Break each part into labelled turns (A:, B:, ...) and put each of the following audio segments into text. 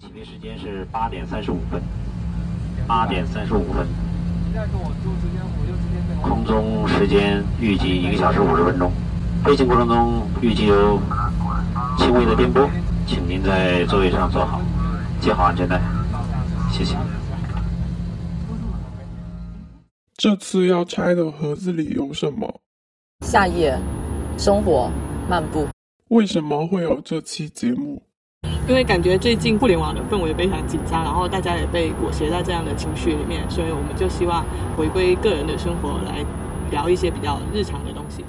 A: 起飞时间是八点三十五分，八点三十五分，
B: 再给我丢时间，我就直接被
A: 空中时间预计一个小时五十分钟。飞行过程中预计有轻微的颠簸，请您在座位上坐好，系好安全带，谢谢。
C: 这次要拆的盒子里有什么？
D: 夏夜，生活，漫步。
C: 为什么会有这期节目？
E: 因为感觉最近互联网的氛围非常紧张，然后大家也被裹挟在这样的情绪里面，所以我们就希望回归个人的生活，来聊一些比较日常的东西。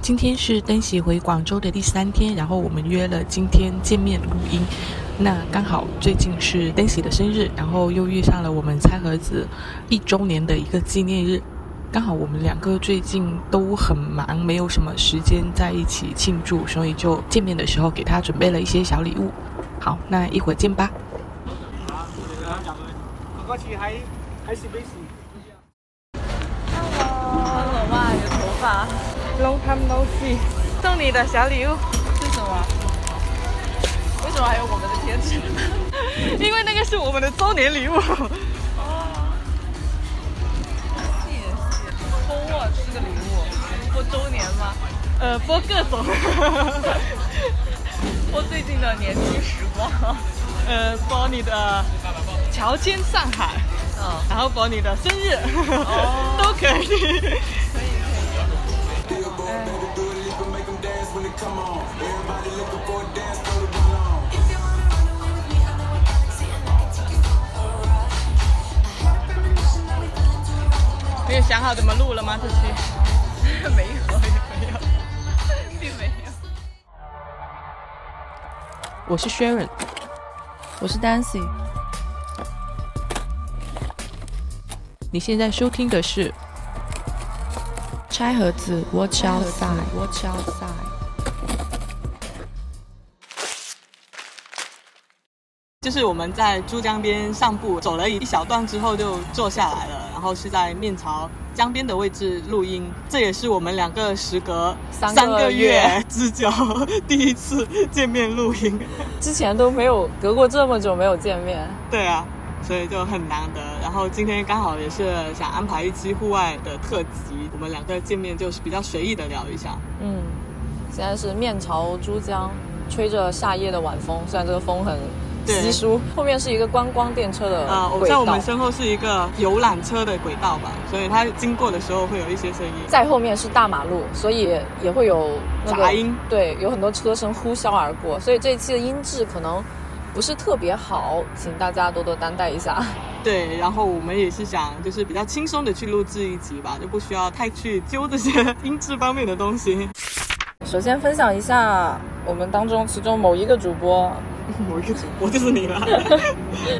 F: 今天是登喜回广州的第三天，然后我们约了今天见面录音。那刚好最近是登喜的生日，然后又遇上了我们拆盒子一周年的一个纪念日。刚好我们两个最近都很忙，没有什么时间在一起庆祝，所以就见面的时候给他准备了一些小礼物。好，那一会儿见吧。
B: 嗰次喺喺攝影時。
G: 龙盘龙喜，送你的小礼物是什么？为什么还有我们的贴纸？ 因为那个是我们的周年礼物。哦，谢谢。播我这个礼物，播周年吗？呃，播各种。 播最近的年轻时光。
E: 呃，播你的乔迁上海，
G: 嗯，
E: 然后播你的生日，
G: 哦
E: 都可以。没有想好怎么录了吗？这
G: 没
E: 期？
G: 有，没有，并没有。
F: 我是 Sharon，
H: 我是 Dancy，
F: 你现在收听的是
H: 拆盒子，Watch outside。
F: Watch Outside。
E: 就是我们在珠江边散步，走了一小段之后就坐下来了，然后是在面朝江边的位置录音。这也是我们两个时隔
G: 三个
E: 月之久 第一次见面录音。
G: 之前都没有隔过这么久没有见面。
E: 对啊，所以就很难得。然后今天刚好也是想安排一期户外的特辑，我们两个见面就是比较随意的聊一下。
G: 嗯，现在是面朝珠江，吹着夏夜的晚风，虽然这个风很稀疏。后面是一个观光电车的
E: 啊、我
G: 轨
E: 在
G: 道，
E: 我们身后是一个游览车的轨道吧，所以它经过的时候会有一些声音。
G: 再后面是大马路，所以也会有、那个、
E: 杂音。
G: 对，有很多车声呼啸而过，所以这一期的音质可能不是特别好，请大家多多担待一下。
E: 对，然后我们也是想就是比较轻松的去录制一集吧，就不需要太去揪这些 音质方面的东西。
G: 首先分享一下我们当中其中某一个主播，
E: 某一个主播就是你了，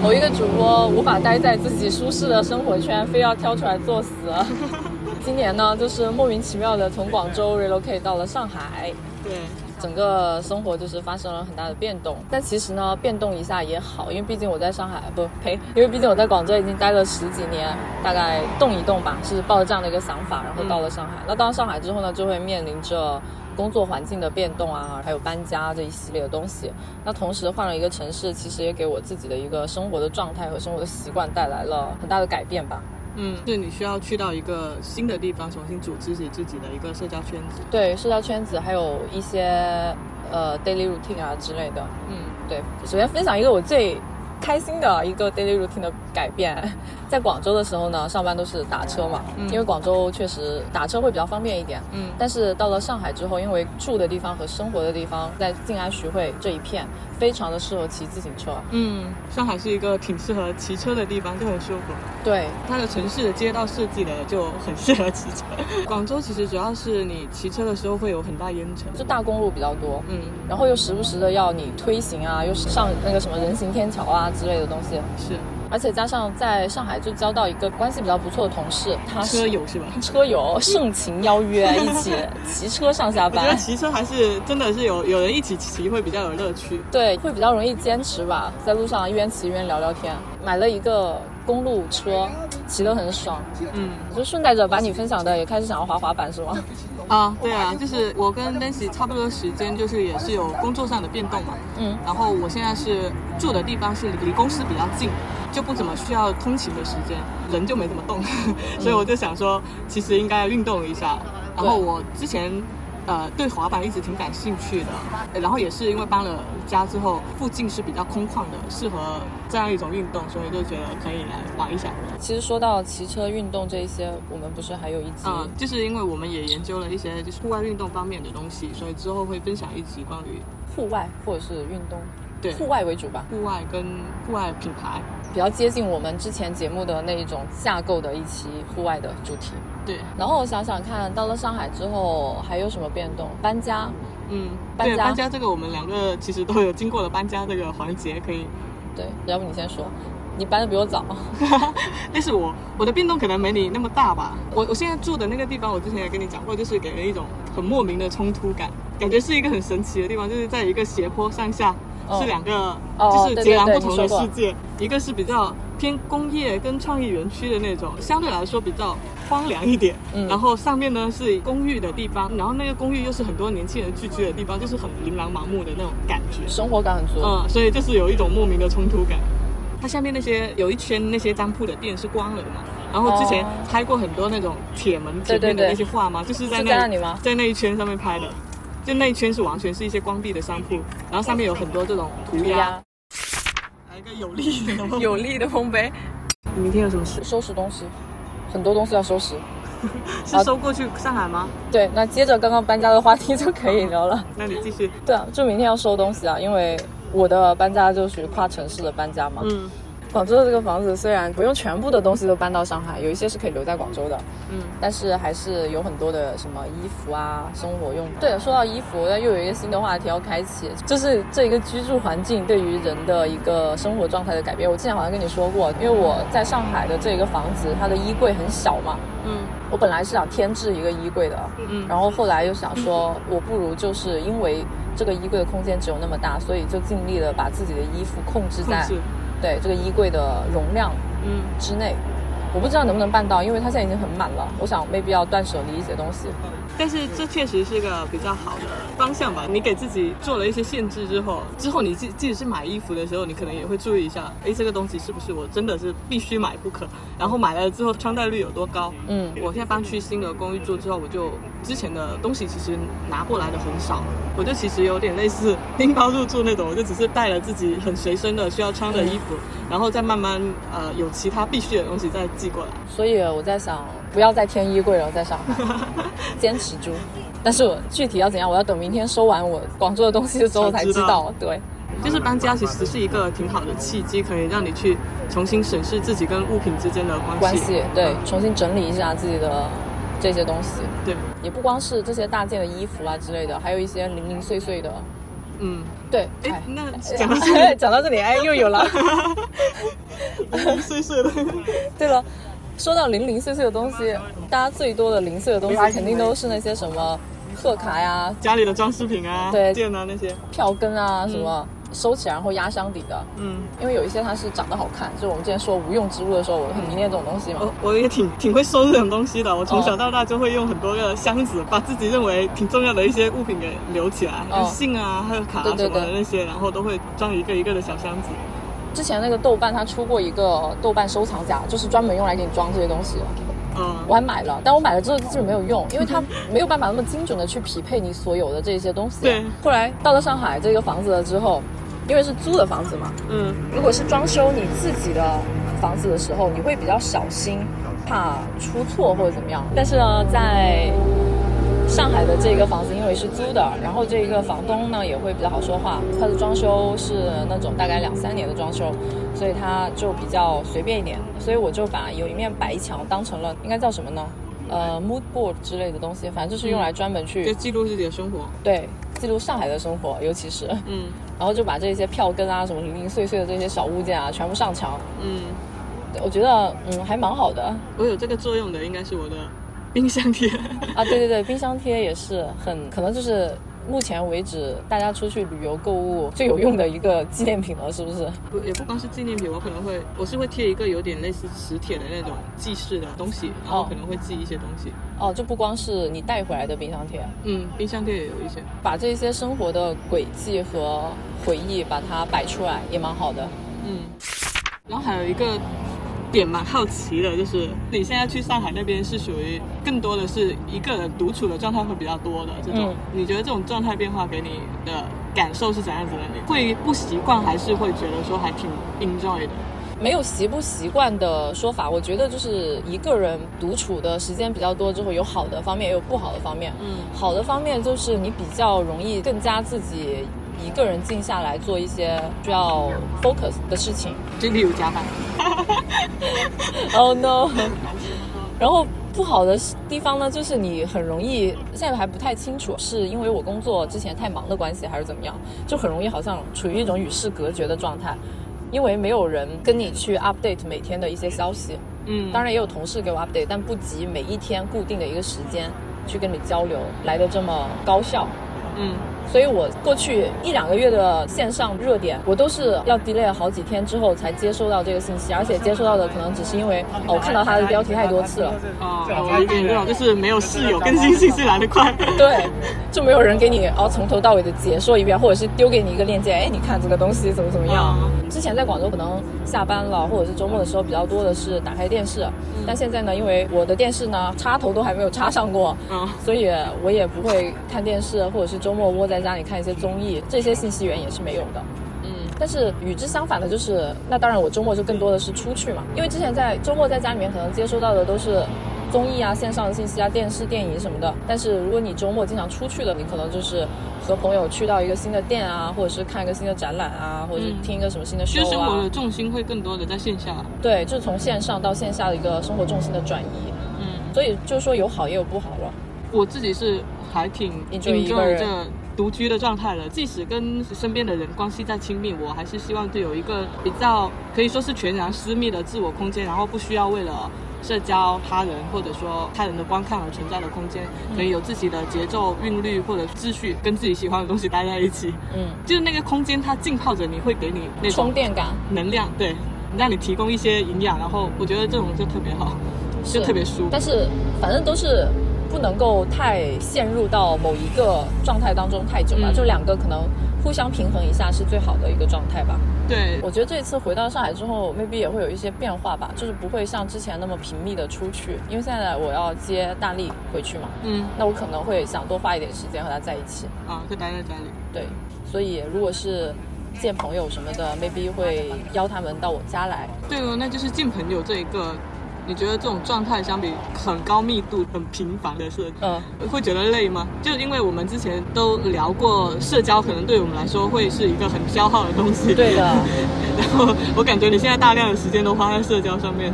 G: 某一个主播无法待在自己舒适的生活圈，非要跳出来作死。今年呢，就是莫名其妙的从广州 relocate 到了上海，
E: 对，
G: 整个生活就是发生了很大的变动。但其实呢，变动一下也好，因为毕竟我在上海不呸，因为毕竟我在广州已经待了十几年，大概动一动吧，是抱着这样的一个想法，然后到了上海。那到了上海之后呢，就会面临着。工作环境的变动啊，还有搬家这一系列的东西，那同时换了一个城市，其实也给我自己的一个生活的状态和生活的习惯带来了很大的改变吧。
E: 嗯，是你需要去到一个新的地方，重新组织你自己的一个社交圈子。
G: 对社交圈子，还有一些呃 daily routine 啊之类的。
E: 嗯，
G: 对，首先分享一个我最开心的一个 daily routine 的改变。 在广州的时候呢，上班都是打车嘛，
E: 嗯
G: 因为广州确实打车会比较方便一点。
E: 嗯
G: 但是到了上海之后，因为住的地方和生活的地方在静安徐汇这一片，非常的适合骑自行车。
E: 嗯，上海是一个挺适合骑车的地方，就很舒服。
G: 对，
E: 它的城市的街道设计的就很适合骑车。 广州其实主要是你骑车的时候会有很大烟尘。
G: 就大公路比较多。
E: 嗯，
G: 然后又时不时的要你推行啊，又上那个什么人行天桥啊之类的东西，
E: 是。
G: 而且加上在上海就交到一个关系比较不错的同事，他是
E: 车友是吧？
G: 车友盛情邀约一起骑车上下
E: 我觉得
G: 班。
E: 骑车还是真的是有有人一起骑会比较有乐趣。
G: 对，会比较容易坚持吧，在路上一边骑一边聊聊天。买了一个公路车，骑得很爽，
E: 嗯。
G: 就顺带着把你分享的也开始想要滑滑板是吗？
E: 啊，对啊，就是我跟 Nancy 差不多时间，就是也是有工作上的变动嘛。
G: 嗯，
E: 然后我现在是住的地方是离公司比较近，就不怎么需要通勤的时间，人就没怎么动，所以我就想说，其实应该要运动一下。然后
G: 对
E: 我之前。呃，对滑板一直挺感兴趣的，然后也是因为搬了家之后，附近是比较空旷的，适合这样一种运动，所以就觉得可以来玩一下。
G: 其实说到骑车运动这一些，我们不是还有一集？
E: 嗯，就是因为我们也研究了一些就是户外运动方面的东西，所以之后会分享一集关于
G: 户外或者是运动，
E: 对
G: 户外为主吧，
E: 户外跟户外品牌。
G: 比较接近我们之前节目的那一种架构的一期户外的主题。
E: 对，
G: 然后我想想看，到了上海之后还有什么变动？搬家，
E: 嗯，
G: 搬
E: 对
G: 家
E: 搬家这个我们两个其实都有经过了搬家这个环节，可以。
G: 对，要不你先说，你搬的比我早。
E: 但是我我的变动可能没你那么大吧。我我现在住的那个地方，我之前也跟你讲过，就是给人一种很莫名的冲突感，感觉是一个很神奇的地方，就是在一个斜坡上下。
G: 哦
E: 是两个，
G: 哦
E: 就是
G: 对对
E: 截然
G: 对
E: 不同的
G: 你说过
E: 世界。一个是比较偏工业跟创意园区的那种，相对来说比较荒凉一点。
G: 嗯
E: 然后上面呢是公寓的地方，然后那个公寓又是很多年轻人聚居的地方，就是很琳琅满目的那种感觉。
G: 生活感很足。
E: 嗯，所以就是有一种莫名的冲突感。它下面那些有一圈那些当铺的店是关了的嘛，然后之前
G: 哦
E: 拍过很多那种铁门
G: 对
E: 前面的
G: 对对
E: 那些画嘛，哦就是在
G: 是
E: 那
G: 在那里吗
E: 在那一圈上面拍的，就那一圈是完全是一些关闭的商铺，然后上面有很多这种涂
G: 涂
E: 鸦，
G: 鸦，
E: 还有一个 有力的，
G: 有力的烘焙，
E: 你明天有什么事？
G: 收拾东西，很多东西要收拾。
E: 是收过去上海吗？
G: 对，那接着刚刚搬家的话题就可以聊 了。
E: 那你继续。
G: 对啊，就明天要收东西啊，因为我的搬家就属于跨城市的搬家嘛。
E: 嗯
G: 广州的这个房子虽然不用全部的东西都搬到上海，有一些是可以留在广州的，
E: 嗯，
G: 但是还是有很多的什么衣服啊、生活用品。对，说到衣服，那又有一个新的话题要开启，就是这一个居住环境对于人的一个生活状态的改变。我之前好像跟你说过，因为我在上海的这个房子，它的衣柜很小嘛，
E: 嗯
G: 我本来是想添置一个衣柜的，
E: 嗯
G: 然后后来又想说，我不如就是因为这个衣柜的空间只有那么大，所以就尽力的把自己的衣服控制在
E: 控制
G: 对这个衣柜的容量
E: 嗯
G: 之内。我不知道能不能办到，因为它现在已经很满了。我想 maybe 要断舍离一些东西。
E: 但是这确实是个比较好的方向吧。你给自己做了一些限制之后，之后你自自己去买衣服的时候，你可能也会注意一下，诶，这个东西是不是我真的是必须买不可？然后买了之后穿戴率有多高？
G: 嗯
E: 我现在搬去新的公寓住之后，我就之前的东西其实拿过来的很少，我就其实有点类似拎包入住那种，我就只是带了自己很随身的需要穿的衣服，然后再慢慢呃有其他必须的东西再寄过来。
G: 所以我在想，不要再添衣柜了，在上海 坚持住。但是我具体要怎样，我要等明天收完我广州的东西的时候才
E: 才知
G: 知
E: 道
G: 道。对，
E: 就是搬家其实是一个挺好的契机，可以让你去重新审视自己跟物品之间的关系。
G: 关系对，重新整理一下自己的这些东西。
E: 对，
G: 也不光是这些大件的衣服啊之类的，还有一些零零碎碎的。
E: 嗯，
G: 对，
E: 哎
G: 哎，
E: 那
G: 哎
E: 讲到这里，
G: 讲到这里，哎，又有 了。
E: 零零 碎碎的，
G: 对了，说到零零碎碎的东西，大家最多的零碎的东西肯定都是那些什么贺卡呀、
E: 家里的装饰品啊、
G: 对
E: 剑啊那些，
G: 票根啊什么。收起来然后压箱底的，
E: 嗯，
G: 因为有一些它是长得好看，就是我们之前说无用之物的时候，我很迷恋这种东西嘛。
E: 我我也挺挺会收这种东西的。我从
G: 哦
E: 小到大就会用很多个箱子，把自己认为挺重要的一些物品给留起来，
G: 哦
E: 信啊、还有卡啊
G: 对对
E: 什么的
G: 对
E: 那些，然后都会装一个一个的小箱子。
G: 之前那个豆瓣它出过一个豆瓣收藏夹，就是专门用来给你装这些东西的。
E: 嗯
G: 我，还买了，但我买了之后基本没有用，因为它没有办法那么精准的去匹配你所有的这些东西。啊
E: 对
G: 后来到了上海这个房子了之后，因为是租的房子嘛，
E: 嗯，
G: 如果是装修你自己的房子的时候，你会比较小心，怕出错或者怎么样。但是呢，在上海的这个房子因为是租的，然后这个房东呢也会比较好说话，他的装修是那种大概两三年的装修，所以他就比较随便一点。所以我就把有一面白墙当成了应该叫什么呢？呃 mood board 之类的东西，反正就是用来专门去、
E: 就记录自己的生活。
G: 对记录上海的生活，尤其是，
E: 嗯
G: 然后就把这些票根啊什么零零碎碎的这些小物件啊全部上墙，
E: 嗯，
G: 我觉得嗯还蛮好的
E: 我有这个作用的应该是我的冰箱贴。
G: 啊，对对对，冰箱贴也是很可能就是。目前为止，大家出去旅游购物最有用的一个纪念品了，是不是？
E: 不也不光是纪念品，我可能会，我是会贴一个有点类似磁铁的那种记事的东西，然后可能会记一些东西。
G: 哦，就不光是你带回来的冰箱贴，
E: 嗯，冰箱贴也有一些。
G: 把这些生活的轨迹和回忆把它摆出来，也蛮好的。
E: 嗯，然后还有一个点蛮好奇的，就是你现在去上海那边是属于更多的是一个人独处的状态会比较多的这种，
G: 嗯
E: 你觉得这种状态变化给你的感受是怎样子的？你会不习惯，还是会觉得说还挺 enjoy 的？
G: 没有习不习惯的说法，我觉得就是一个人独处的时间比较多之后，有好的方面，也有不好的方面。
E: 嗯
G: 好的方面就是你比较容易更加自己一个人静下来做一些需要 focus 的事情。
E: 就例如加班，
G: Oh no！然后不好的地方呢，就是你很容易，现在还不太清楚是因为我工作之前太忙的关系，还是怎么样，就很容易好像处于一种与世隔绝的状态，因为没有人跟你去 update 每天的一些消息。
E: 嗯
G: 当然也有同事给我 update，但不及每一天固定的一个时间去跟你交流来的这么高效。
E: 嗯
G: 所以我过去一两个月的线上热点，我都是要 delay 好几天之后才接收到这个信息，而且接收到的可能只是因为哦，我看到它的标题太多次了，
E: 啊，我理解你这种就是没有室友更新信息来的 快。
G: 对，就没有人给你哦从头到尾的解说一遍，或者是丢给你一个链接，哎，你看这个东西怎么怎么
E: 哦
G: 样。之前在广州可能下班了或者是周末的时候比较多的是打开电视，但现在呢，因为我的电视呢插头都还没有插上过，
E: 嗯
G: 所以我也不会看电视，或者是周末窝在家里看一些综艺，这些信息源也是没有的。
E: 嗯
G: 但是与之相反的就是，那当然我周末就更多的是出去嘛，因为之前在周末在家里面可能接收到的都是综艺啊、线上的信息啊、电视、电影什么的。但是如果你周末经常出去了，你可能就是和朋友去到一个新的店啊，或者是看一个新的展览啊，或者是
E: 嗯
G: 听一个什么新的
E: 其实
G: show
E: 生活
G: 啊
E: 的，重心会更多的在线下。
G: 对，就是从线上到线下的一个生活重心的转移。
E: 嗯。
G: 所以就是说有好也有不好了。
E: 我自己是还挺
G: Enjoy 一个
E: enjoy
G: 人
E: 这独居的状态了，即使跟身边的人关系再亲密，我还是希望就有一个比较可以说是全然私密的自我空间，然后不需要为了社交他人或者说他人的观看而存在的空间，
G: 嗯
E: 可以有自己的节奏、韵律或者秩序，跟自己喜欢的东西待在一起，
G: 嗯，
E: 就是那个空间它浸泡着你，会给你那种
G: 充电感。
E: 能量，对，让你提供一些营养，然后我觉得这种就特别好，
G: 是
E: 就特别舒服
G: 但。是反正都是不能够太陷入到某一个状态当中太久吧，
E: 嗯
G: 就两个可能互相平衡一下是最好的一个状态吧。
E: 对，
G: 我觉得这次回到上海之后，maybe 也会有一些变化吧，就是不会像之前那么频密的出去，因为现在我要接大力回去嘛，
E: 嗯
G: 那我可能会想多花一点时间和他在一起。
E: 啊，就待在家里。
G: 对，所以如果是见朋友什么的，maybe 会邀他们到我家来。
E: 对哦，那就是近朋友这一个，你觉得这种状态相比很高密度、很频繁的社交，
G: 嗯，
E: 会觉得累吗？就因为我们之前都聊过，社交可能对我们来说会是一个很消耗的东西。
G: 对的。
E: 然后我感觉你现在大量的时间都花在社交上面。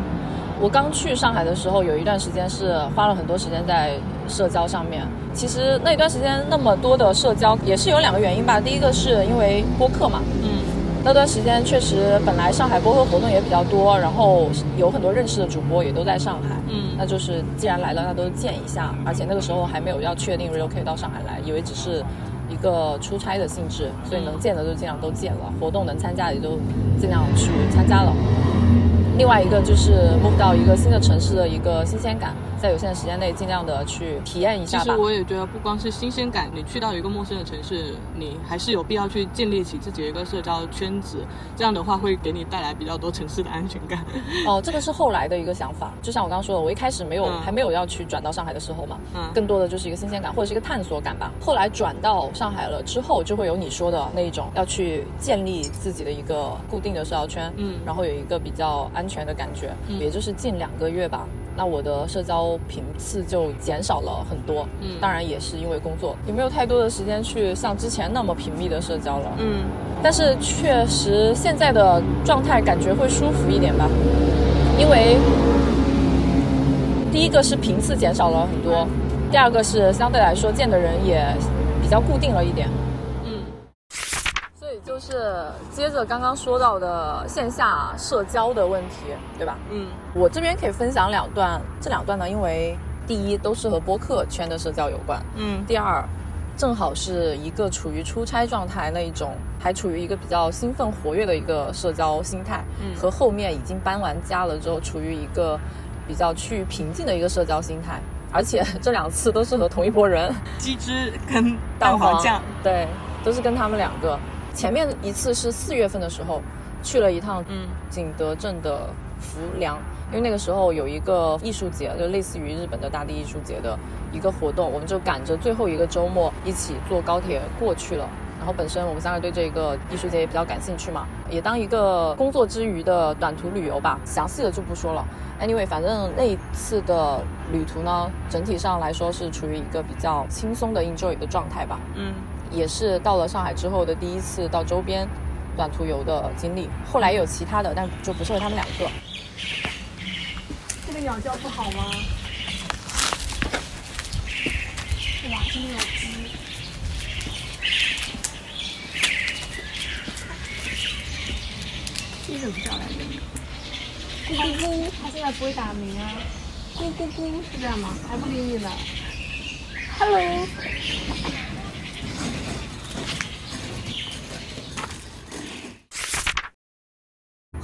G: 我刚去上海的时候，有一段时间是花了很多时间在社交上面。其实那一段时间那么多的社交，也是有两个原因吧。第一个是因为播客嘛，
E: 嗯
G: 那段时间确实本来上海播客活动也比较多，然后有很多认识的主播也都在上海。
E: 嗯
G: 那就是既然来了，那都见一下。而且那个时候还没有要确定 relocate 到上海来，以为只是一个出差的性质，所以能见的就尽量都见了，活动能参加的也就尽量去参加了。另外一个就是 move 到一个新的城市的一个新鲜感，在有限的时间内尽量的去体验一
E: 其
G: 下
E: 实
G: 吧。
E: 我也觉得，不光是新鲜感，你去到一个陌生的城市，你还是有必要去建立起自己的一个社交圈子。这样的话，会给你带来比较多城市的安全 感。
G: 哦，这个是后来的一个想法，就像我刚刚说的，我一开始没有、
E: 嗯
G: 还没有要去转到上海的时候嘛，
E: 嗯
G: 更多的就是一个新鲜感或者是一个探索感吧。后来转到上海了之后，就会有你说的那一种要去建立自己的一个固定的社交圈，
E: 嗯
G: 然后有一个比较安全的感觉，
E: 嗯
G: 也就是近两个月吧。那我的社交频次就减少了很多，
E: 嗯
G: 当然也是因为工作，也没有太多的时间去像之前那么频密的社交了，
E: 嗯。
G: 但是确实现在的状态感觉会舒服一点吧，因为第第一个是频次减少了很多，第二个是相对来说见的人也比较固定了一点。
E: 嗯，
G: 所以就是接着刚刚说到的线下社交的问题，对吧？
E: 嗯，
G: 我这边可以分享两段，这两段呢，因为第一都是和播客圈的社交有关，
E: 嗯，
G: 第二正好是一个处于出差状态那一种，还处于一个比较兴奋活跃的一个社交心态，
E: 嗯
G: 和后面已经搬完家了之后，处于一个比较去平静的一个社交心态，而且这两次都是和同一波 人，
E: 鸡汁
G: 蛋
E: 跟嗯蛋黄
G: 黄
E: 酱，
G: 对，都是跟他们两个。前面一次是四月份的时候，去了一趟
E: 嗯
G: 景德镇的浮梁，因为那个时候有一个艺术节，就类似于日本的大地艺术节的一个活动，我们就赶着最后一个周末一起坐高铁过去了。然后本身我们三个对这个艺术节也比较感兴趣嘛，也当一个工作之余的短途旅游吧，详细的就不说了。Anyway，反正那一次的旅途呢，整体上来说是处于一个比较轻松的 enjoy 的状态吧。
E: 嗯
G: 也是到了上海之后的第一次到周边短途游的经历。后来也有其他的，但就不是和他们两个。
E: 这个鸟叫不好吗？
I: 啊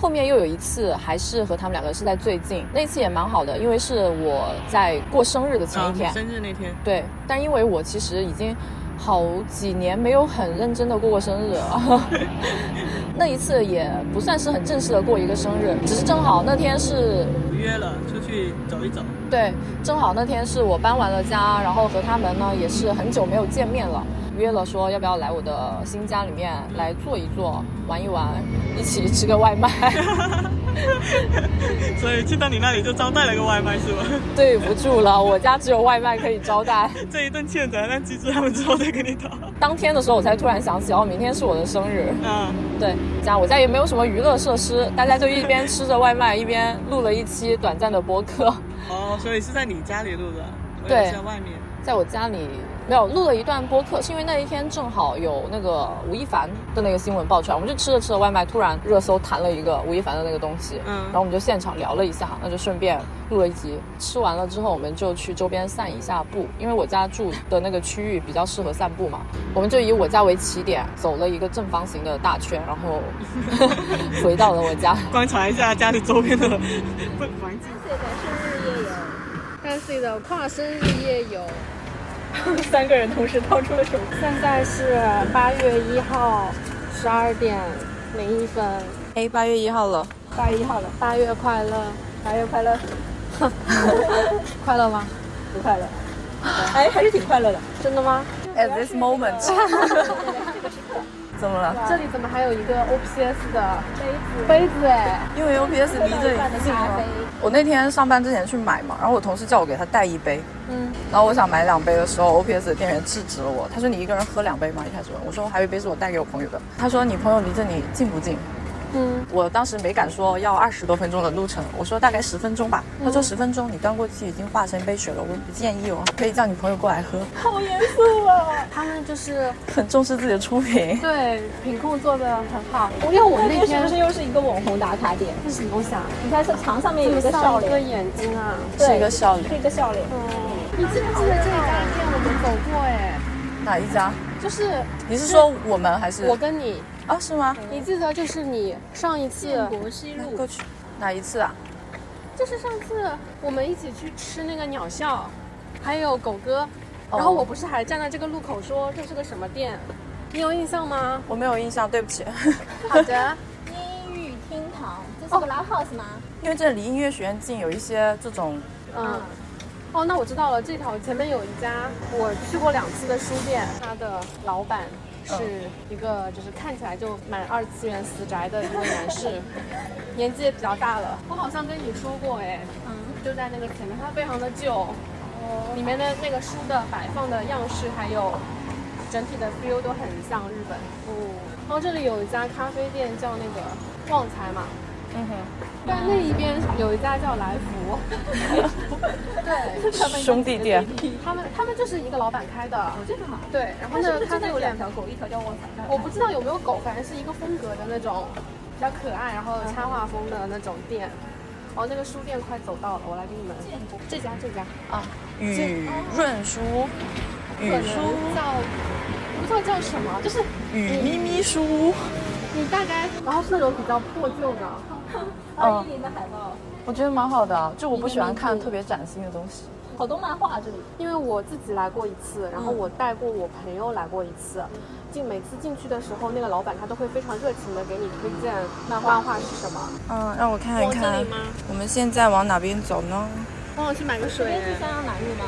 G: 后面又有一次，还是和他们两个是在最近，那次也蛮好的，因为是我在过生日的前一天。
E: 啊生日那天，
G: 对，但因为我其实已经好几年没有很认真的过过生日了， 那一次也不算是很正式的过一个生日，只是正好那天是
E: 我约了出去走一走。
G: 对，正好那天是我搬完了家，然后和他们呢也是很久没有见面了，约了说要不要来我的新家里面来坐一坐、玩一玩，一起吃个外卖。
E: 所以去到你那里就招待了个外卖是吗？
G: 对不住了，我家只有外卖可以招待。
E: 这一顿欠责，但机制他们之后再跟你讨。
G: 当天的时候，我才突然想起，哦，明天是我的生日。
E: 嗯，
G: 对，家我家也没有什么娱乐设施，大家就一边吃着外卖，一边录了一期短暂的播客。
E: 哦，所以是在你家里录的，我以为
G: 对
E: 是在外面。
G: 在我家里没有录了一段播客，是因为那一天正好有那个吴亦凡的那个新闻爆出来，我们就吃着吃着外卖，突然热搜弹了一个吴亦凡的那个东西，
E: 嗯
G: 然后我们就现场聊了一下，那就顺便录了一集。吃完了之后，我们就去周边散一下步，因为我家住的那个区域比较适合散步嘛，我们就以我家为起点，走了一个正方形的大圈，然后 回到了我家。
E: 观察一下家里周边的不环境。
I: Nancy 的跨生日夜游，
G: 三个人同时掏出了手机。
I: 现在是八月一号十二点零一分。
G: 哎，八月一号了，
I: 八月一号了，八月快乐，八月快乐，快乐吗？不快乐。
G: 哎，还是挺快乐的。
I: 真的吗？
G: At this moment，怎么了？
I: 这里怎么还有一个 OPS 的杯子？杯子哎，
G: 因为 UPS 离这里附近吗？我那天上班之前去买嘛，然后我同事叫我给他带一杯，
I: 嗯，
G: 然后我想买两杯的时候，OPS 的店员制止了我，他说你一个人喝两杯吗？一开始问我说还有一杯是我带给我朋友的，他说你朋友离这里近不近？
I: 嗯，
G: 我当时没敢说要二十多分钟的路程，我说大概十分钟吧。他说十分钟你端过去已经化成一杯水了，我们不建议哦，可以叫你朋友过来喝。
I: 他们就是
G: 很重视自己的出品，
I: 对品控做的很好。因为我那天
J: 又是一个网红打卡点？
I: 是什么东西啊？
J: 你看，这墙上面
I: 这
J: 有
I: 么
J: 一个笑
I: 像一个
J: 脸，
I: 眼睛啊！
G: 是一个笑脸。
J: 是一个笑脸。
I: 你记不记得这家店我们走过哎？
G: 哪一家？
I: 就是
G: 你是说我们还是
I: 我跟你，
G: 啊？是吗？
I: 你记得就是你上一次，
H: 嗯
G: 那过去哪一次啊？
I: 就是上次我们一起去吃那个鸟笑，还有狗哥，
G: 哦
I: 然后我不是还站在这个路口说这是个什么店，你有印象吗？
G: 我没有印象，对不起。
I: 好的，
J: 英语厅堂，这是个 live house 吗？
G: 因为这离音乐学院近，有一些这种
I: 嗯。哦，那我知道了。这条前面有一家我去过两次的书店，它的老板是一个就是看起来就蛮二次元死宅的一位男士，年纪也比较大了。我好像跟你说过哎，嗯，就哦在那个前面，它非常的旧，里面的那个书的摆放的样式还有整体的 feel 都很像日本。哦，然后这里有一家咖啡店叫那个旺财嘛，嗯哼。但那一边有一家叫来 福，对，他们
D: 兄弟店，
I: 他们他们就是一个老板开的，
J: 这个好。
I: 对，然后
J: 它
I: 呢
J: 是不，是
I: 他
J: 就
I: 们
J: 那
I: 有两
J: 两条狗，一条叫旺财，
I: 我不知道有没有狗，反正是一个风格的那种，比较可爱，然后插画风的那种店。哦，那个书店快走到了，我来给你们。这家这家啊，
D: 雨润书，
I: 可
D: 雨
I: 能
D: 书，
I: 叫不知道叫什么，就是
D: 雨
H: 嗯
D: 咪咪书，
I: 你大概，然后是那种比较破旧的，
J: 二一零的海报，
D: 我觉得蛮好的啊、就我不喜欢看特别崭新的东西。
J: 好多漫画这里。
I: 因为我自己来过一次，然后我带过我朋友来过一次。进每次进去的时候，那个老板他都会非常热情的给你推荐漫画是什么。
H: 嗯，让我看一看，
I: 吗？
H: 我们现在往哪边走呢？
I: 帮我去买个水
J: 这是三阳南路吗？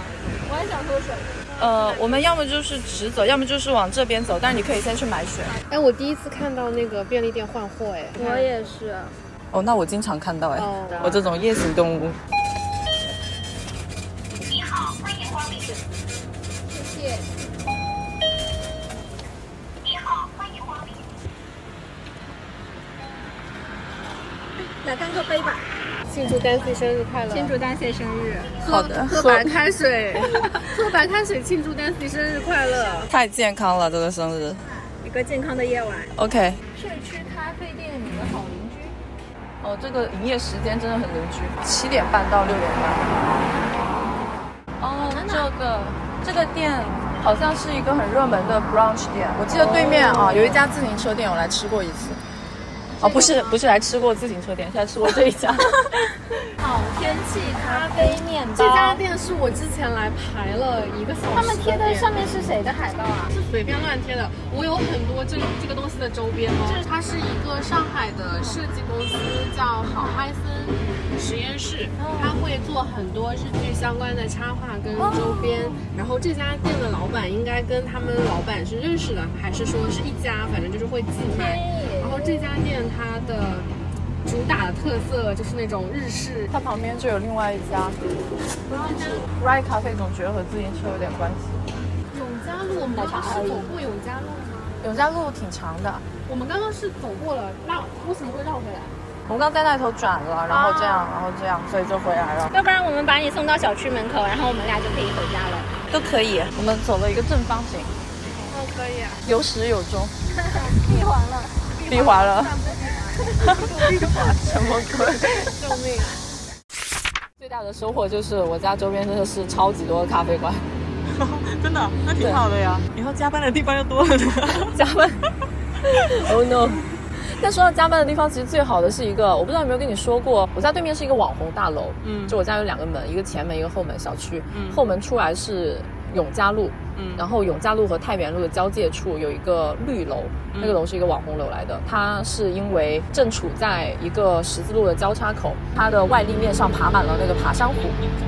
J: 我也想喝水。
H: 呃，我们要么就是直走，要么就是往这边走，但是你可以先去买水。
I: 哎，我第一次看到那个便利店换货，哎，
J: 我也是。
D: 哦，那我经常看到哎、
I: 哦
D: 我这种夜行动物。
J: 来干个杯吧，
I: 庆祝 Dancy 生日快乐！
J: 庆 祝丹姐生日。
H: 好的，
I: 喝白开水，喝白开水庆祝 Dancy 生日快乐！
H: 太健康了，这个生日。
J: 一个健康的夜晚。
H: OK，
J: 社区咖啡店里的好邻居。
D: 哦，这个营业时间真的很邻居，七点半到六点半。哦，这个这个店好像是一个很热门的 brunch 店，我记得对面啊、有一家自行车店，我来吃过一次。哦，不是不是来吃过自行车店，是来吃过这一家。
J: 好天气咖啡面包。
I: 这家店是我之前来排了一个小时，
J: 他们贴的上面是谁的海报啊？
I: 是随便乱贴的。我有很多这个这个东西的周边哦。它是一个上海的设计公司，叫好嗨森实验室，它会做很多日剧相关的插画跟周边。然后这家店的老板应该跟他们老板是认识的，还是说是一家，反正就是会寄卖。然后这家店它的主打的特色就是那种日式
D: 它旁边就有另外一家 Ride 咖啡，总觉得和自行车有点关系。
I: 永嘉路，我们刚刚是走过永嘉路吗？
D: 永嘉路挺长的，
I: 我们刚刚是走过了，那为什么会绕回来？
D: 我们刚在那头转了，然后这样，然后这样，所以就回来了。
J: 啊要不然我们把你送到小区门口，然后我们俩就可以回家了。
D: 都可以。我们走了一个正方形，
I: 哦，可以、啊。
D: 有始有终，
J: 闭环了，
D: 闭环了。什么鬼？
I: 救命！
G: 最大的收获就是我家周边真的是超级多的咖啡馆，
E: 真的，那挺好的呀。以后加班的地方就多了呢。
G: 加班。oh no！但说到加班的地方，其实最好的是一个，我不知道有没有跟你说过，我家对面是一个网红大楼，
E: 嗯
G: 就我家有两个门，一个前门，一个后门，小区，
E: 嗯
G: 后门出来是永嘉路，
E: 嗯
G: 然后永嘉路和太原路的交界处有一个绿楼，
E: 嗯
G: 那个楼是一个网红楼来的。它是因为正处在一个十字路的交叉口，它的外立面上爬满了那个爬山虎，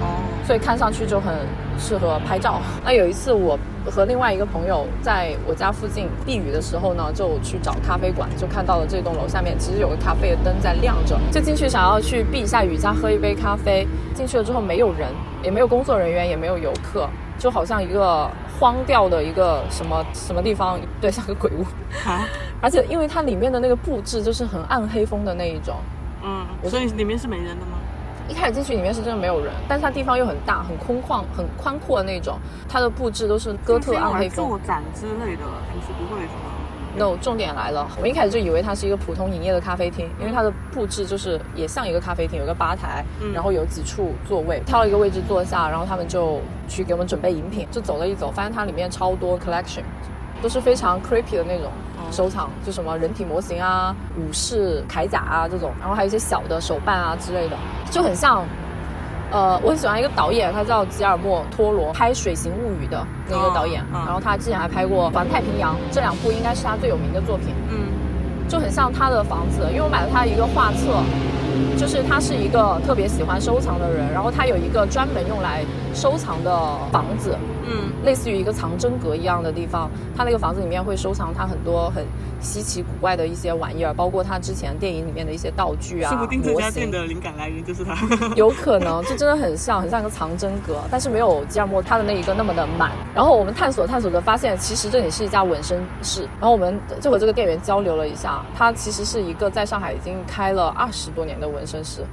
E: 哦，
G: 所以看上去就很适合拍照。 那有一次我和另外一个朋友在我家附近避雨的时候呢，就去找咖啡馆，就看到了这栋楼下面其实有个咖啡的灯在亮着，就进去想要去避一下雨，加喝一杯咖啡。进去了之后没有人，也没有工作人员，也没有游客，就好像一个荒掉的一个什么什么地方，对，像个鬼屋。
E: 好，
G: 而且因为它里面的那个布置就是很暗黑风的那一种，
E: 嗯，所以里面是没人的吗？
G: 一开始进去里面是真的没有人，但是它地方又很大、很空旷、很宽阔的那种，它的布置都是哥特暗黑风
E: 做。展之类的，平时不会什么。
G: no，重点来了，我们一开始就以为它是一个普通营业的咖啡厅，因为它的布置就是也像一个咖啡厅，有个吧台，
E: 嗯
G: 然后有几处座位，挑了一个位置坐下，然后他们就去给我们准备饮品，就走了一走，发现它里面超多 collection，都是非常 creepy 的那种。
E: 嗯
G: 收藏就什么人体模型啊、武士铠甲啊这种，然后还有一些小的手办啊之类的，就很像呃，我很喜欢一个导演，他叫吉尔莫·托罗，拍《水形物语》的那个导演。
E: 嗯嗯
G: 然后他之前还拍过《环太平洋》，这两部应该是他最有名的作品。
E: 嗯
G: 就很像他的房子，因为我买了他一个画册，就是他是一个特别喜欢收藏的人，然后他有一个专门用来收藏的房子，
H: 嗯，
G: 类似于一个藏珍阁一样的地方。他那个房子里面会收藏他很多很稀奇古怪的一些玩意儿，包括他之前电影里面的一些道具啊、
E: 说不定这
G: 模
E: 家店
G: 型。
E: 的灵感来源就是它。
G: 有可能，这真的很像，很像一个藏珍阁，但是没有吉尔莫他的那一个那么的满。然后我们探索探索着发现，其实这里是一家纹身室。然后我们就和这个店员交流了一下，他其实是一个在上海已经开了二十多年的纹身室。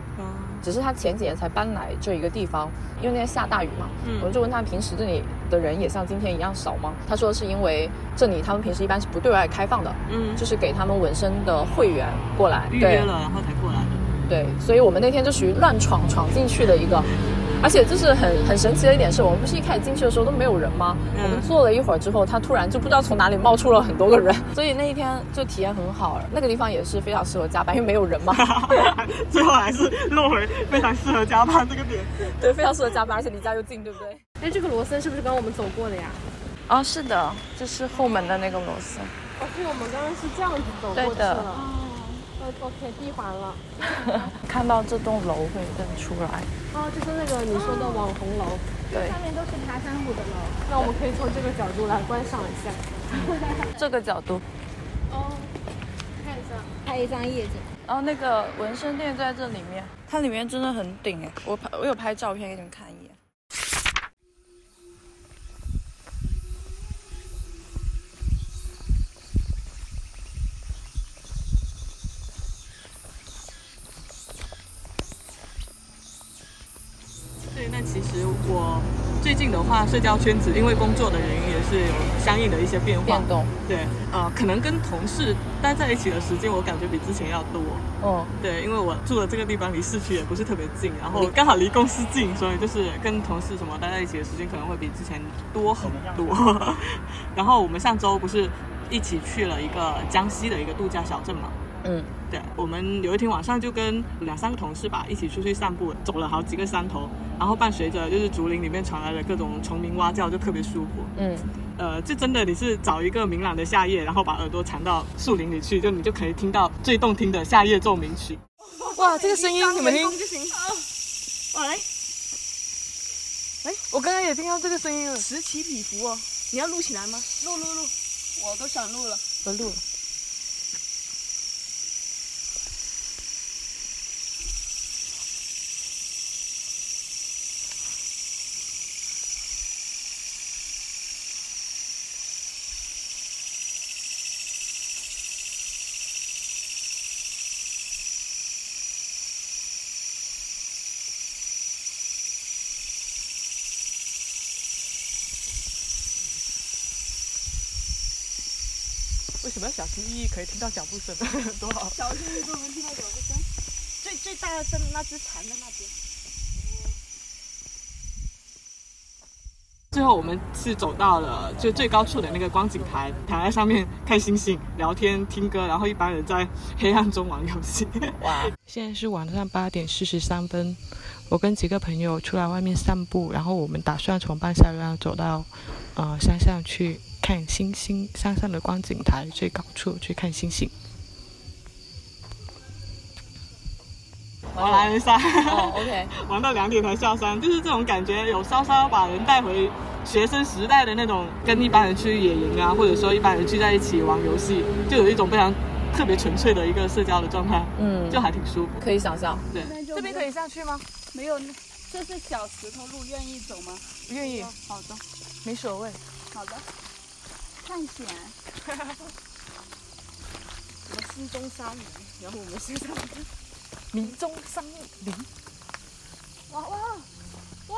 G: 只是他前几年才搬来这一个地方，因为那天下大雨嘛。
E: 嗯
G: 我们就问他平时这里的人也像今天一样少吗？他说是因为这里他们平时一般是不对外开放的，
E: 嗯
G: 就是给他们纹身的会员过来
E: 预
G: 对
E: 约了，然后才过来的。
G: 对，所以我们那天就属于乱闯闯进去的一个，而且就是很很神奇的一点是，我们不是一开始进去的时候都没有人吗？
E: 嗯
G: 我们坐了一会儿之后，他突然就不知道从哪里冒出了很多个人， 所以那一天就体验很好。那个地方也是非常适合加班，因为没有人 嘛。
E: 最后还是落回非常适合加班这个点。
G: 对，非常适合加班，而且离家又近，对不对？
I: 哎，这个罗森是不是刚刚我们走过的呀？
D: 哦，是的，这是后门的那个螺丝。
I: 哦，对，我们刚刚是这样子走过
D: 对
I: 去
D: 的
I: 了。哦，OK，闭环了。
D: 看到这栋楼会认出来。
I: 哦，就是那个你说的网红楼。
D: 对，
J: 上面都是爬山虎的楼。
I: 那我们可以从这个角度来观赏一下。
D: 这个角度。
I: 哦，看一下。
J: 拍一张夜景，
D: 然后哦那个纹身店就在这里面，它里面真的很顶哎，我拍我有拍照片给你们看一眼。
E: 对，那其实我最近的话，社交圈子因为工作的原因也是有相应的一些变化。
G: 变动。
E: 对，呃，可能跟同事待在一起的时间，我感觉比之前要多。
G: 嗯，
E: 对，因为我住的这个地方离市区也不是特别近，然后刚好离公司近，所以就是跟同事什么待在一起的时间可能会比之前多很多。 然后我们上周不是一起去了一个江西的一个度假小镇嘛？
G: 嗯，
E: 对，我们有一天晚上就跟两三个同事吧一起出去散步，走了好几个山头，然后伴随着就是竹林里面传来的各种虫鸣蛙叫，就特别舒服。
G: 嗯，
E: 呃，这真的你是找一个明朗的夏夜，然后把耳朵藏到树林里去，就你就可以听到最动听的夏夜奏鸣曲。
G: 哇，啊这个声音你们听，哎，我刚刚也听到这个声音了，
E: 此起彼伏哦，你要录起来吗？录录录，我都想录了。
G: 我录了。
E: 为什么要小心翼翼？可以听到脚步声， 多好！小心翼翼都能听到脚步声。最最大的是那只蝉在那边。最后我们是走到了就最高处的那个观景台，躺在上面看星星、聊天、听歌，然后一般人在黑暗中玩游戏。哇！
F: 现在是晚上八点四十三分，我跟几个朋友出来外面散步，然后我们打算从半山腰走到，呃，山上去看星星，山上的观景台最高处去看星星。
E: 我来了下。
G: 哦，OK，
D: 嗯
E: 玩到两点才下山，就是这种感觉，有稍稍把人带回学生时代的那种，跟一般人去野营啊，或者说一般人聚在一起玩游戏，就有一种非常特别纯粹的一个社交的状态，
G: 嗯，
E: 就还挺舒服。
G: 可以想象。
E: 对，
G: 这边可以上去吗？
K: 没有，这是小石头路，愿意走吗？
G: 不愿意，
K: 好的，
G: 没所谓。
K: 好的，探险。
H: 我们心中山林，然后我们身上
G: 迷中山林，
H: 哇哇哇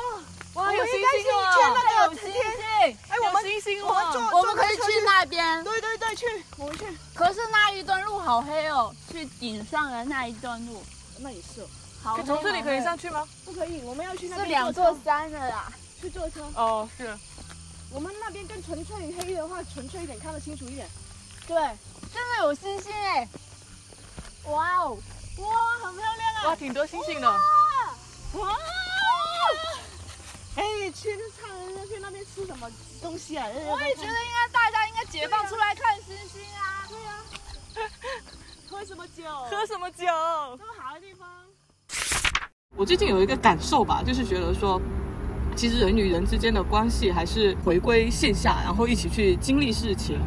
G: 哇，有星
K: 该
G: 星
K: 去圈那
G: 了，
K: 个
G: 有星
K: 天
G: 星，
K: 哎我们
G: 有星星
K: 我们坐
G: 了，
K: 坐
G: 我们可以
K: 车
G: 去那边。
K: 对对对，去，我们去。
J: 可是那一段路好黑哦，去顶上的那一段路，
K: 那也是，
J: 好黑。
G: 从这里可以上去吗？
K: 不可以，我们要去那
J: 是
K: 边
J: 两
K: 坐
J: 座
K: 车
J: 山的啦。
K: 去坐车。
G: 哦，是。
K: 我们那边更纯粹黑的话，纯粹一点，看得清楚一点。
J: 对，真的有星星哎！哇哦，哇，很漂亮啊！
G: 哇，挺多星星的。
J: 哇，
K: 哎，去那唱那去那边吃什么东西啊？
J: 我也觉得应该大家应该解放出来看星星啊！对啊，
K: 喝什么酒？
G: 喝什么酒？
K: 这么好的地方。
E: 我最近有一个感受吧，就是觉得说，其实人与人之间的关系还是回归线下，然后一起去经历事情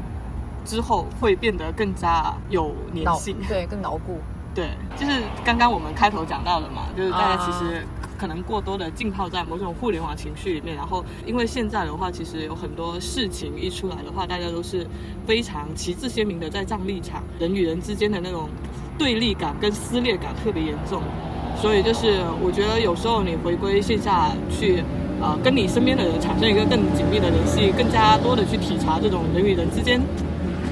E: 之后，会变得更加有粘
G: 脑
E: 性。
G: 对，更牢固。
E: 对，就是刚刚我们开头讲到的嘛，就是大家其实
G: 啊
E: 可能过多的浸泡在某种互联网情绪里面，然后因为现在的话，其实有很多事情一出来的话，大家都是非常旗帜鲜明的在站立场，人与人之间的那种对立感跟撕裂感特别严重，所以就是我觉得有时候你回归线下去。呃，跟你身边的人产生一个更紧密的联系，更加多的去体察这种人与人之间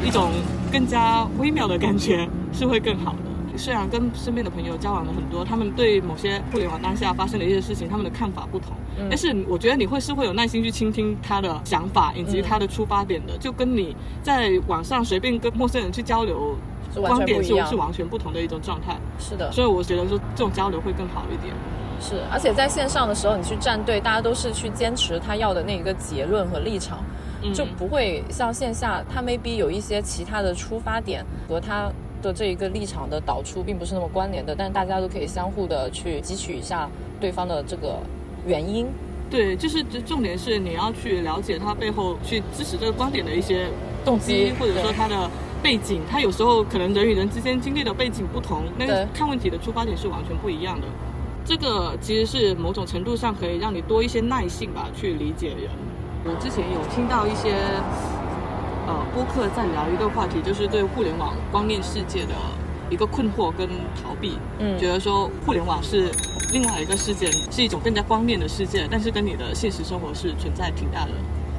E: 一种更加微妙的感觉是会更好的。虽然跟身边的朋友交往了很多，他们对某些互联网当下发生的一些事情，他们的看法不同，
G: 嗯
E: 但是我觉得你会是会有耐心去倾听他的想法以及
G: 嗯
E: 他的出发点的，就跟你在网上随便跟陌生人去交流。
G: 是完全
E: 观点
G: 不一
E: 是
G: 样
E: 是完全不同的一种状态，
G: 是的
E: 所以我觉得说这种交流会更好一点。
G: 是，而且在线上的时候，你去站队，大家都是去坚持他要的那一个结论和立场，
E: 嗯
G: 就不会像线下，他 maybe 有一些其他的出发点和他的这一个立场的导出并不是那么关联的，但大家都可以相互的去汲取一下对方的这个原因。
E: 对，就是重点是你要去了解他背后去支持这个观点的一些动机
G: 动机，
E: 或者说
G: 嗯对
E: 他的背景。他有时候可能人与人之间经历的背景不同，那个
G: 对
E: 看问题的出发点是完全不一样的。这个其实是某种程度上可以让你多一些耐性吧，去理解人。我之前有听到一些呃播客在聊一个话题，就是对互联网观念世界的一个困惑跟逃避。
G: 嗯
E: 觉得说互联网是另外一个世界，是一种更加光面的世界，但是跟你的现实生活是存在挺大的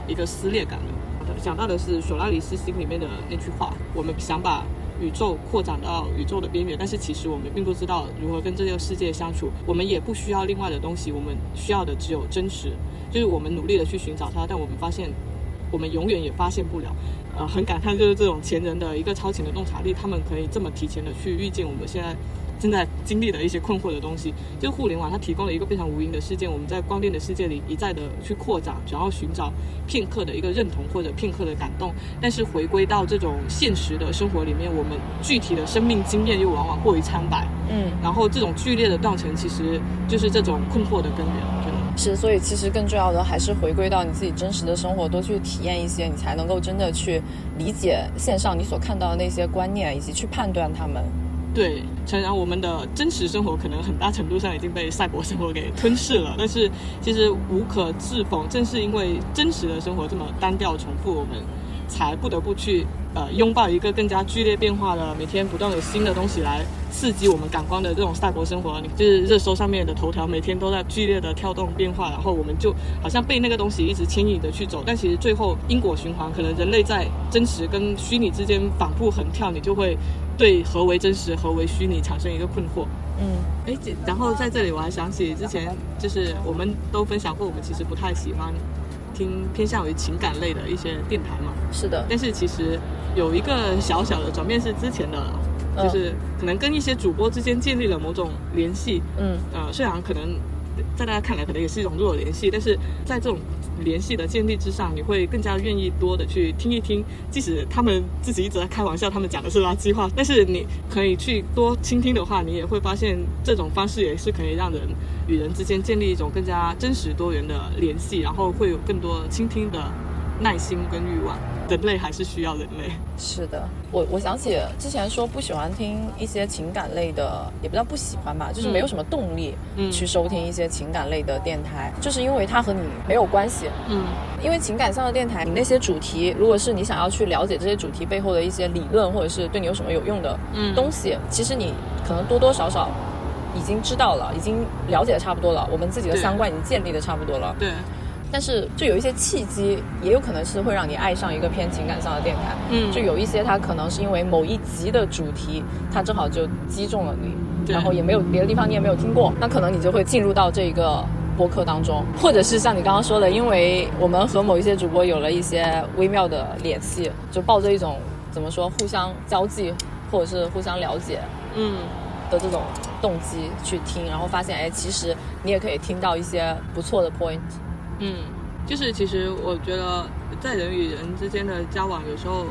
E: 一个撕裂感的。想到的是索拉里斯星里面的那句话：我们想把宇宙扩展到宇宙的边缘，但是其实我们并不知道如何跟这个世界相处。我们也不需要另外的东西，我们需要的只有真实。就是我们努力的去寻找它，但我们发现我们永远也发现不了。呃，很感叹就是这种前人的一个超前的洞察力，他们可以这么提前的去预见我们现在正在经历的一些困惑的东西。就互联网它提供了一个非常无垠的世界，我们在光电的世界里一再的去扩展，然后寻找片刻的一个认同或者片刻的感动，但是回归到这种现实的生活里面，我们具体的生命经验又往往过于苍白。
G: 嗯
E: 然后这种剧烈的断层，其实就是这种困惑的根源。我觉得
G: 是，所以其实更重要的还是回归到你自己真实的生活，多去体验一些，你才能够真的去理解线上你所看到的那些观念，以及去判断他们。
E: 对，诚然，我们的真实生活可能很大程度上已经被赛博生活给吞噬了，但是其实无可置否，正是因为真实的生活这么单调重复，我们才不得不去呃拥抱一个更加剧烈变化的，每天不断有新的东西来刺激我们感官的这种赛博生活。就是热搜上面的头条每天都在剧烈的跳动变化，然后我们就好像被那个东西一直牵引着去走，但其实最后因果循环，可能人类在真实跟虚拟之间反复横跳，你就会对何为真实、何为虚拟产生一个困惑。
G: 嗯，
E: 哎，这然后在这里我还想起之前，就是我们都分享过，我们其实不太喜欢听偏向于情感类的一些电台嘛。
G: 是的
E: 但是其实有一个小小的转变是之前的，
G: 嗯
E: 就是可能跟一些主播之间建立了某种联系。
G: 嗯，
E: 呃，虽然可能在大家看来可能也是一种弱联系，但是在这种联系的建立之上，你会更加愿意多的去听一听，即使他们自己一直在开玩笑，他们讲的是垃圾话，但是你可以去多倾听的话，你也会发现这种方式也是可以让人与人之间建立一种更加真实多元的联系，然后会有更多倾听的耐心跟欲望。人类还是需要人类。
G: 是的，我我想起之前说不喜欢听一些情感类的，也不叫不喜欢吧，就是没有什么动力
E: 嗯
G: 去收听一些情感类的电台，就是因为它和你没有关系。
E: 嗯，
G: 因为情感上的电台，你那些主题，如果是你想要去了解这些主题背后的一些理论，或者是对你有什么有用的
E: 嗯
G: 东西，其实你可能多多少少已经知道了，已经了解得差不多了，我们自己的
E: 对
G: 三观已经建立的差不多了。
E: 对。
G: 但是就有一些契机，也有可能是会让你爱上一个偏情感上的电台。
E: 嗯
G: 就有一些它可能是因为某一集的主题，它正好就击中了你，
E: 对
G: 然后也没有别的地方你也没有听过，那可能你就会进入到这一个。播客当中，或者是像你刚刚说的，因为我们和某一些主播有了一些微妙的联系，就抱着一种怎么说互相交际或者是互相了解，
E: 嗯。
G: 的这种动机去听，然后发现，哎，其实你也可以听到一些不错的 point。
E: 嗯，就是其实我觉得在人与人之间的交往，有时候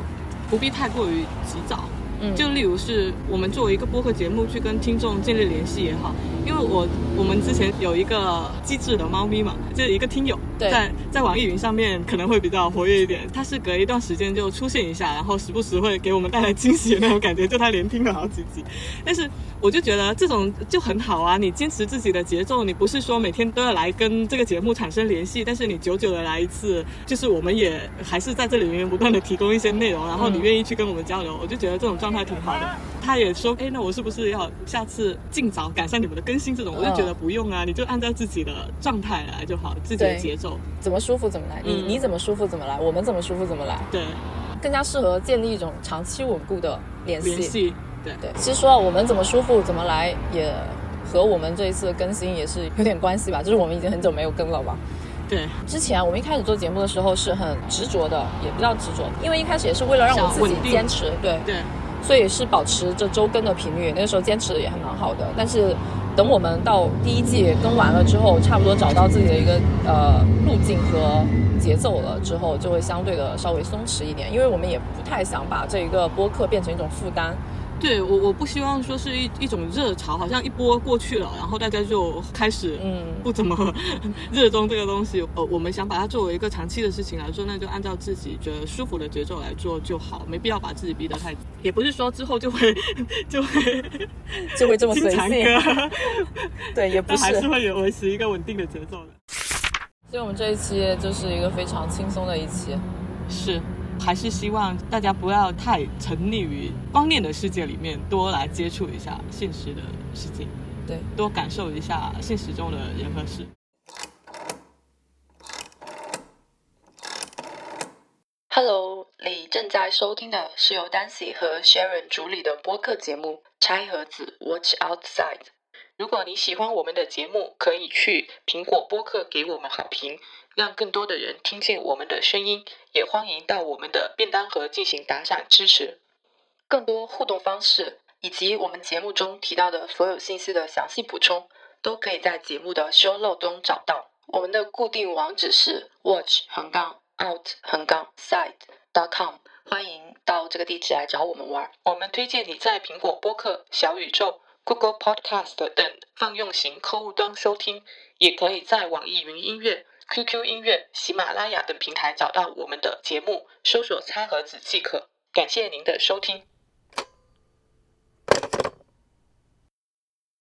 E: 不必太过于急躁。
G: 嗯
E: 就例如是我们作为一个播客节目去跟听众建立联系也好，因为我我们之前有一个机智的猫咪嘛，就是一个听友，
G: 对
E: 在在网易云上面可能会比较活跃一点，它是隔一段时间就出现一下，然后时不时会给我们带来惊喜的那种感觉，就它连听了好几集，但是我就觉得这种就很好啊，你坚持自己的节奏，你不是说每天都要来跟这个节目产生联系，但是你久久的来一次，就是我们也还是在这里源源不断的提供一些内容，然后你
G: 嗯
E: 愿意去跟我们交流，我就觉得这种状态挺好的。他也说，哎，那我是不是要下次尽早赶上你们的更新？这种我就觉得不用啊，你就按照自己的状态来就好，自己的
G: 对
E: 节奏。
G: 怎么舒服怎么来，你
E: 嗯
G: 你怎么舒服怎么来，我们怎么舒服怎么来，
E: 对，
G: 更加适合建立一种长期稳固的联系。
E: 联系，对
G: 对，其实说到啊我们怎么舒服怎么来，也和我们这一次的更新也是有点关系吧，就是我们已经很久没有更了吧。
E: 对，
G: 之前啊我们一开始做节目的时候是很执着的，也不叫执着，因为一开始也是为了让我
E: 想
G: 自己
E: 稳定
G: 坚持，对
E: 对，
G: 所以是保持着周更的频率。那个时候坚持也还蛮好的，但是等我们到第一季更完了之后，差不多找到自己的一个呃路径和节奏了之后，就会相对的稍微松弛一点，因为我们也不太想把这一个播客变成一种负担。
E: 对我我不希望说是一一种热潮，好像一波过去了，然后大家就开始
G: 嗯
E: 不怎么 热衷这个东西。呃，我们想把它作为一个长期的事情来做，那就按照自己觉得舒服的节奏来做就好，没必要把自己逼得太。也不是说之后就会 就会
G: 就会这么随
E: 经常
G: 性
E: 更
G: 对，也不
E: 但还
G: 是
E: 是会有维持一个稳定的节奏的。
G: 所以我们这一期就是一个非常轻松的一期。
E: 是，还是希望大家不要太沉溺于光念的世界里面，多来接触一下现实的世界，
G: 对，
E: 多感受一下现实中的人和事。
L: Hello，你正在收听的是由 Dancy 和 Sharon 主理的播客节目《拆盒子 Watch Outside》。如果你喜欢我们的节目，可以去苹果播客给我们好评，让更多的人听见我们的声音。也欢迎到我们的便当盒进行打赏支持。更多互动方式以及我们节目中提到的所有信息的详细补充，都可以在节目的 show note 中找到。我们的固定网址是 watch 横杠 out 横杠 side dot com，欢迎到这个地址来找我们玩。我们推荐你在苹果播客、小宇宙、Google Podcast 等泛用型客户端收听，也可以在网易云音乐、QQ 音乐、喜马拉雅等平台找到我们的节目，搜索“餐盒子”即可。感谢您的收听。